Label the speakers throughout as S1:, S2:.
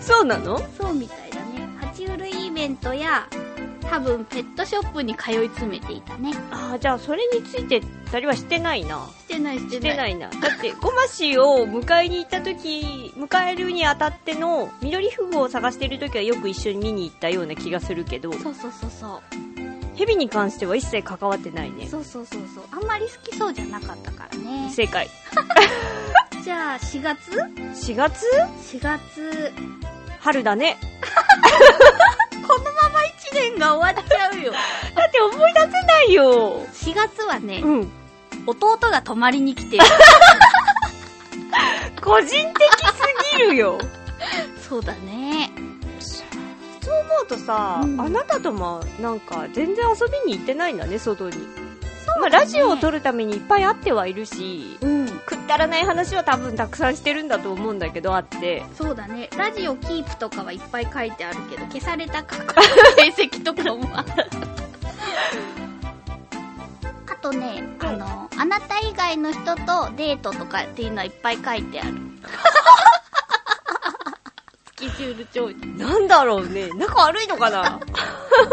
S1: そうなの
S2: そうみたいだね爬虫類イベントや多分ペットショップに通い詰めていたね
S1: ああじゃあそれについて二人はしてないな
S2: してないして
S1: し
S2: ない
S1: てないなだってゴマシを迎えに行った時迎えるにあたっての緑フグを探してる時はよく一緒に見に行ったような気がするけど
S2: そうそうそうそう
S1: ヘビに関しては一切関わってないね
S2: そうそうそうそうあんまり好きそうじゃなかったからね
S1: 正解
S2: じゃあ4月
S1: 4月
S2: ?4 月
S1: 春だね
S2: このまま1年が終わっちゃう よ。
S1: だって思い出せないよ
S2: 4月はね、
S1: うん
S2: 弟が泊まりに来てる。
S1: 個人的すぎる よ
S2: そうだね。
S1: そう思うとさ、
S2: うん
S1: あなたともなんか全然遊びに行ってないんだね外に
S2: そう
S1: まあ、
S2: だね
S1: ラジオを撮るためにいっぱい会ってはいるし
S2: うん。
S1: くったらない話は多分たくさんしてるんだと思うんだけどあって
S2: そうだね。ラジオキープとかはいっぱい書いてあるけど、消された過去の成績とかもある。あとね、あの、あなた以外の人とデートとかっていうのはいっぱい書いてある。 スケジュール帳に。
S1: なんだろうね。仲悪いのかな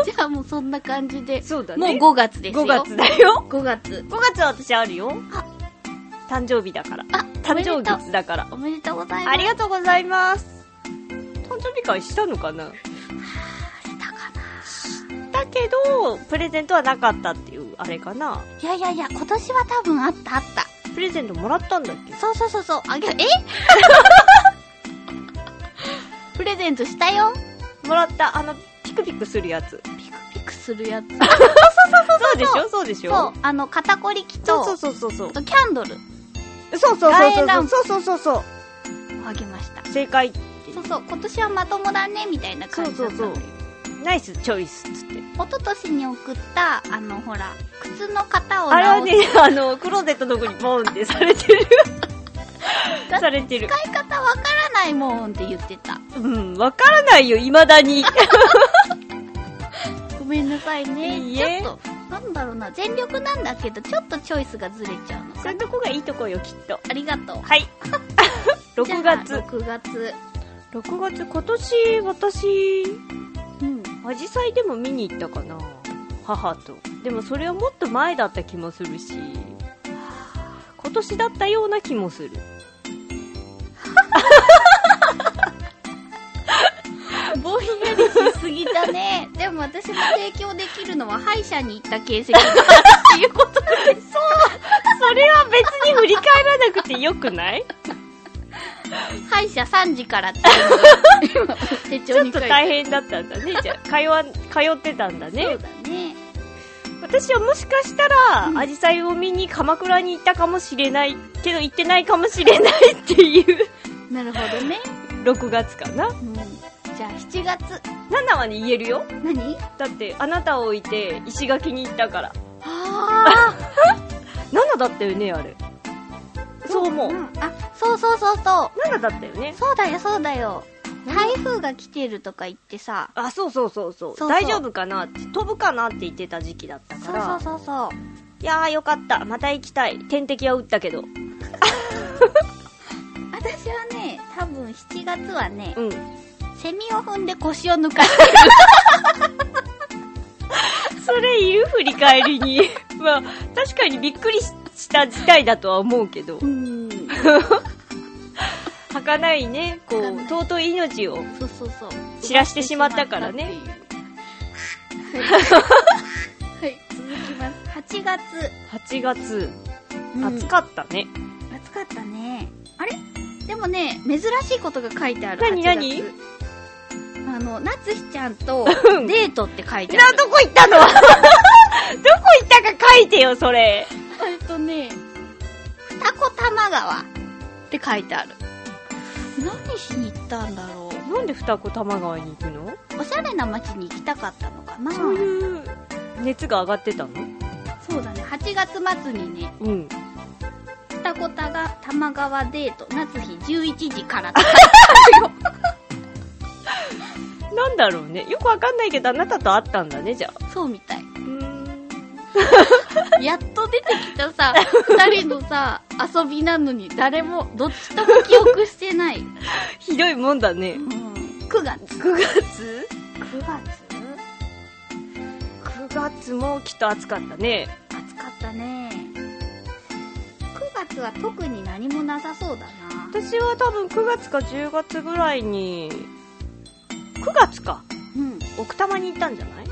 S2: じゃあもうそんな感じで。
S1: そうだ
S2: もう
S1: ね。
S2: 5月ですよ。
S1: 5月だよ。
S2: 5月。
S1: 5月は私あるよ。誕生日だから。
S2: あ、
S1: 誕
S2: お
S1: 生
S2: めでとう
S1: 日だから。
S2: おめでとうございます。
S1: ありがとうございます。誕生日会したのかな
S2: したか
S1: だけど、プレゼントはなかったっていう、あれかな。
S2: ないやいやいや、今年は多分あったあった。
S1: プレゼントもらったんだっけ
S2: そうそうそうそう。あげ、え プレゼントしたよ。
S1: もらった、あの、ピクピクするやつ。
S2: ピクピクするやつ。
S1: そうでしょそうでし
S2: そ
S1: ょ
S2: う、あの、肩こり器と、
S1: そうそうそうそう。
S2: あとキャンドル
S1: そうそうそう
S2: 楕円ランプ
S1: そうそうそうそうそう
S2: をあげました。
S1: 正解
S2: そうそう、今年はまともだね、みたいな感じだったんだよ
S1: そうそナイスチョイスっつって
S2: 一昨年に送った、あの、ほら、靴の型を
S1: あれは
S2: 直す
S1: ねあのクローゼットのとこにボンってされて る
S2: だ
S1: されてる
S2: 使い方わからないもんって言ってた。
S1: うんわからないよいまだに
S2: ごめんなさいね。
S1: いい
S2: ち
S1: え
S2: ょっと、なんだろうな、全力なんだけど、ちょっとチョイスがずれちゃうの
S1: そういうとこがいいとこよきっと
S2: ありがとう。
S1: はい 6
S2: じゃあ
S1: 月
S2: 6月。
S1: 6月今年私
S2: うん。
S1: アジサイでも見に行ったかな母とでもそれはもっと前だった気もするし今年だったような気もする
S2: ぼんやりしすぎたね。でも私も提供できるのは歯医者に行った形跡があるっていうこと
S1: それは別に振り返らなくてよくない
S2: 歯医者3時からっていうのが今手
S1: ちょ
S2: 帳
S1: っ
S2: に
S1: と
S2: 書いて
S1: 大変だったんだね。じゃあ、通わ、通ってたんだ
S2: そ
S1: ね
S2: う。だね
S1: 私はもしかしたら、
S2: うん
S1: アジサイを見に鎌倉に行ったかもしれないけど、行ってないかもしれないっていう
S2: なるほどね、
S1: 6月かな。
S2: うん、じゃあ7月
S1: 7はね、言えるよ。
S2: 何
S1: だって、あなたを置いて石垣に行ったから。
S2: あ
S1: 7だったよね、あれ。そう思う。
S2: ん、あそうそうそうそう
S1: 7だったよね。
S2: そうだよそうだよ台風が来てるとか言ってさ
S1: あ、そうそうそうそ
S2: そ
S1: う。
S2: うそう
S1: 大丈夫かなって、飛ぶかなって言ってた時期だったか
S2: そう
S1: ら。
S2: そうそうそう
S1: いやーよかった。また行きたい。点滴は打ったけど。
S2: 私はね多分7月はね
S1: うん。
S2: セミを踏んで腰を抜かし
S1: それいる振り返りに。 まあ、確かにびっくりした事態だとは思うけど
S2: て。うん
S1: 儚いね、こう
S2: 儚、い
S1: 尊い命を。
S2: そうそうそう
S1: 散らしてしまったか らね
S2: はい続きます8月
S1: 8月、
S2: うん
S1: 暑かったね。
S2: 暑かったねあれでもね珍しいことが書いてある
S1: 何
S2: 8
S1: 何
S2: 月あの夏日ちゃんと
S1: うん
S2: デートって書いてあ
S1: な、
S2: る
S1: どこ行ったの どこ行ったか書いてよ、それ。
S2: えっとね二子玉川って書いてある何しに行ったんだろ
S1: なんで二子玉川に行くの、
S2: うおしゃれな街に行きたかったのかな
S1: そういう熱が上がってたの
S2: そうだね8月末にね
S1: うん。
S2: 二子たが玉川デート夏日11時からって
S1: なんだろうね。よくわかんないけど、あなたと会ったんだね、じゃあ。
S2: そうみたい。
S1: うーん。
S2: やっと出てきた さ、二人のさ、遊びなのに誰も、どっちとも記憶してない。うん。
S1: ひどいもんだね。
S2: 9月。
S1: 9月
S2: 9月
S1: ?9 月もきっと暑かったね。
S2: 暑かったね。9月は特に何もなさそうだな。
S1: 私は多分9月か10月ぐらいに、9月か、
S2: うん。
S1: 奥多摩に行ったんじゃない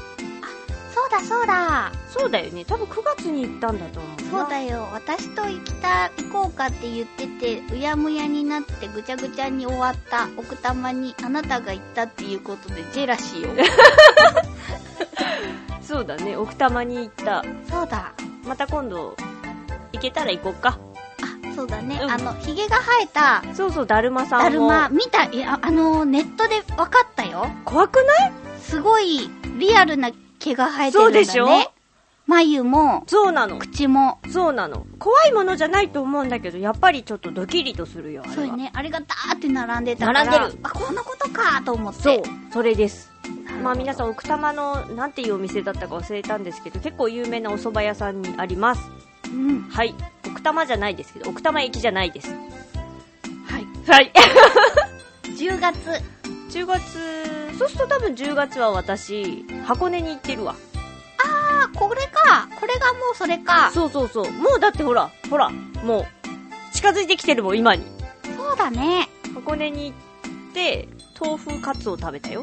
S2: そうだそうだ。
S1: そうだよね。多分9月に行ったんだと思うな。
S2: そうだよ。私と行きた、行こうかって言ってて、うやむやになってぐちゃぐちゃに終わった奥多摩にあなたが行ったっていうことでジェラシーを。
S1: そうだね。奥多摩に行った。
S2: そうだ。
S1: また今度、行けたら行こっか。
S2: あ、そうだね。
S1: うん
S2: あの、ヒゲが生えた、
S1: そうそう、だるまさ
S2: だ
S1: ん
S2: る
S1: も。
S2: ま、見た、いや、あのーネットで分かったよ。
S1: 怖くない
S2: すごい、リアルな毛が生えてる
S1: そ
S2: んだね。
S1: うでしょ
S2: 眉も、
S1: そうなの。
S2: 口も。
S1: そうなの。怖いものじゃないと思うんだけど、やっぱりちょっとドキリとするよ、あれは。
S2: そうよね。あれがダーって並んでたから。
S1: 並んでる
S2: あ、こんなことかと思って。
S1: そう。それです。
S2: なるほど
S1: まあ皆さん奥多摩のなんていうお店だったか忘れたんですけど結構有名なお蕎麦屋さんにあります
S2: うん。
S1: はい奥多摩じゃないですけど奥多摩駅じゃないです
S2: はい。
S1: はい
S2: 10月。
S1: 10月そうすると多分10月は私箱根に行ってるわ
S2: あ、これか。これがもうそれか。
S1: そうそうそうもうだってほらほらもう近づいてきてるもん今に
S2: そうだね。
S1: 箱根に行って豆腐カツを食べたよ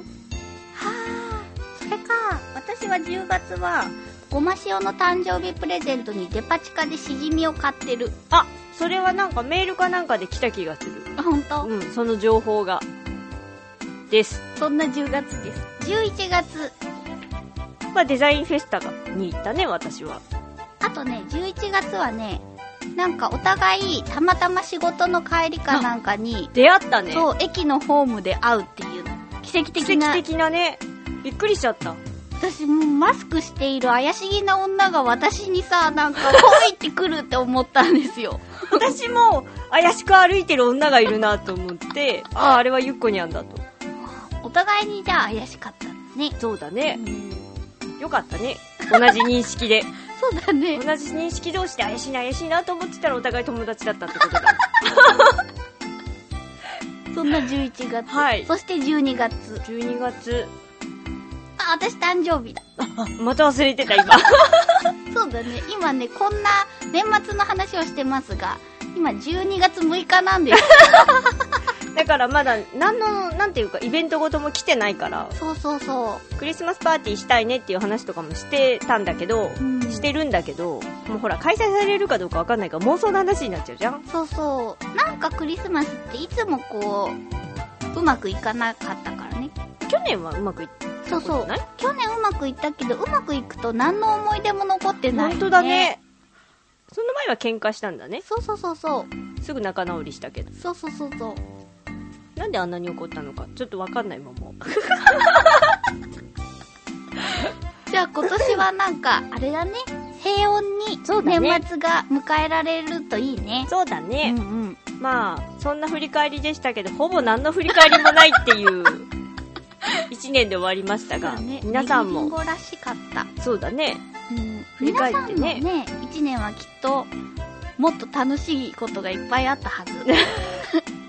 S2: はあ、それか。私は10月は、ごま塩の誕生日プレゼントにデパ地下でしじみを買ってる。
S1: あそれはなんかメールかなんかで来た気がする
S2: あほんと、
S1: うんその情報がです
S2: そんな10月です。11月。
S1: まあデザインフェスタがに行ったね私は
S2: あとね、11月はね、なんかお互い、たまたま仕事の帰りかなんかに、
S1: 出会ったね
S2: そう、駅のホームで会うっていう、奇跡
S1: 奇
S2: 的
S1: 跡
S2: な。
S1: 的なねびっくりしちゃった
S2: 私もうマスクしている怪しげな女が私にさ、なん か、こう言ってくるって思ったんですよ。
S1: 私も怪しく歩いてる女がいるなと思 ってあああれはゆっこにゃんだと
S2: お互いにじゃあ怪しかったんだね。
S1: そうだ
S2: う
S1: ね
S2: ん
S1: よかったね同じ認識 で
S2: そうだね
S1: 同。じ認識同士で怪しいな怪しいなと思ってたらお互い友達だったってこと だ
S2: そんな11月。
S1: はい
S2: そして12月。
S1: 12月
S2: あ、私誕生日だ。
S1: あまた忘れてた今
S2: そうだね。今ね、こんな年末の話をしてますが、今12月6日なん です。
S1: だからまだ何のなんていうかイベントごとも来てないから
S2: そうそうそ
S1: クリスマスパーティーしたいねっていう話とかもしてたんだけど、
S2: うん
S1: してるんだけどもうほら開催されるかどうかわかんないから妄想の話になっちゃうじゃん
S2: う。そうそう。なんかクリスマスっていつもこう、うまくいかなかったからね。
S1: 去年はうまくいった
S2: そう
S1: こと
S2: そう
S1: ない。
S2: 去年うまくいったけど、うまくいくと何の思い出も残ってない、ね。
S1: 本当だね。その前は喧嘩したんだね
S2: そうそうそうそう。
S1: すぐ仲直りしたけど
S2: そうそうそうそう。
S1: なんであんなに怒ったのかちょっとわかんないまま
S2: じゃあ今年はなんか、あれだね。平
S1: そう
S2: 穏
S1: だ
S2: に
S1: ね
S2: 年末が迎えられるといいね。
S1: そうだ
S2: う
S1: ね、
S2: んうん。
S1: まあそんな振り返りでしたけどほぼ何の振り返りもないっていう一年で終わりました
S2: そう
S1: が、
S2: だね。
S1: 皆さ
S2: ネ
S1: ん
S2: ギリン
S1: も
S2: ゴらしかった。
S1: そうだね
S2: うん。
S1: 振り返っ
S2: 皆
S1: てね
S2: さんもね、一年はきっと、もっと楽しいことがいっぱいあったは ず。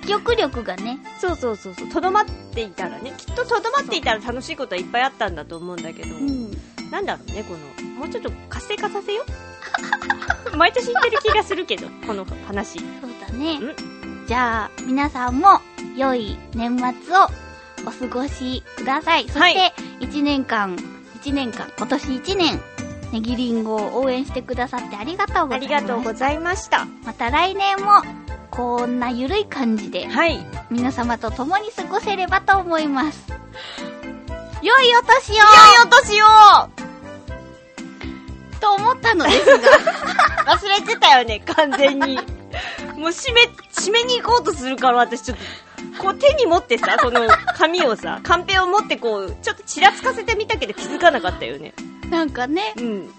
S2: 記憶力がね。
S1: そうそうそうそうとどまっていたらねきっととどまっていたら楽しいことはいっぱいあったんだと思うんだけど、
S2: うん。
S1: なんだろうねこのもうちょっと活性化させよう 毎年言ってる気がするけどこの話
S2: そうだね
S1: うん。
S2: じゃあ、皆さんも、良い年末をお過ごしください。そ
S1: は
S2: し
S1: い
S2: て、一年間、一年間、今年一年、ネギリンゴを応援してくださってありがとうござ
S1: あ
S2: いま
S1: り
S2: す。
S1: がとうございました
S2: また来年も、こんなゆるい感じで、
S1: はい
S2: 皆様と共に過ごせればと思います。良いお年を
S1: お年を忘
S2: と思ったのですが、
S1: れてたよね完全に もう締め締めに行こうとするから私ちょっとこう手に持ってさこの紙をさカンペを持ってこうちょっとちらつかせてみたけど気づかなかったよね
S2: なんかね、
S1: うん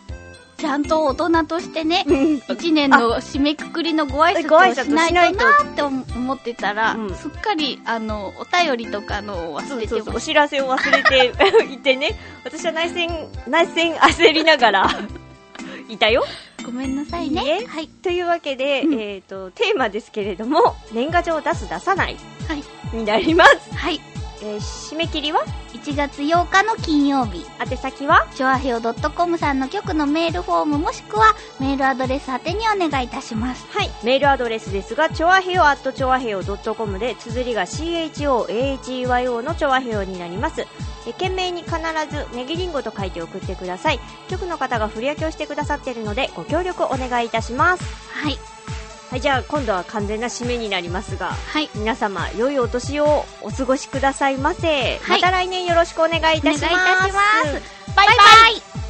S2: ちゃんと大人としてね、
S1: うん
S2: 一年の締めくくりのご挨
S1: ご挨
S2: 拶を
S1: 拶
S2: しな
S1: しな
S2: い
S1: いと
S2: となーって思ってたら、
S1: うん
S2: すっかり、あの、お便りとかのを忘
S1: そう
S2: れ
S1: そ
S2: て
S1: うそう
S2: ま
S1: お
S2: し
S1: 知らせを忘れて いてね私は内戦内戦焦りなが らいたよ
S2: た。ごめんなさい
S1: いい
S2: ね。
S1: え
S2: はい。
S1: というわけで、
S2: うん
S1: えー、とテーマですけれども年賀状出す出さない
S2: はい。
S1: になります、
S2: はい。
S1: えー締め切りは
S2: 1月8日の金曜日、
S1: 宛先は
S2: チョアヘオ .com さんの局のメールフォームもしくはメールアドレス宛てにお願いいたします。
S1: はいメールアドレスですがチョアヘオアットチョアヘオドットコムで綴りが CHOAHEYO のチョアヘオになりますえー件名に必ずネギリンゴと書いて送ってください局の方が振り分けをしてくださっているのでご協力お願いいたします
S2: はい。
S1: はい、じゃあ今度は完全な締めになりますが、
S2: はい。
S1: 皆様、良いお年をお過ごしくださいませ。
S2: はい
S1: また来年よろしくお願いい
S2: お願
S1: た
S2: いい
S1: したます。
S2: します。バイバイ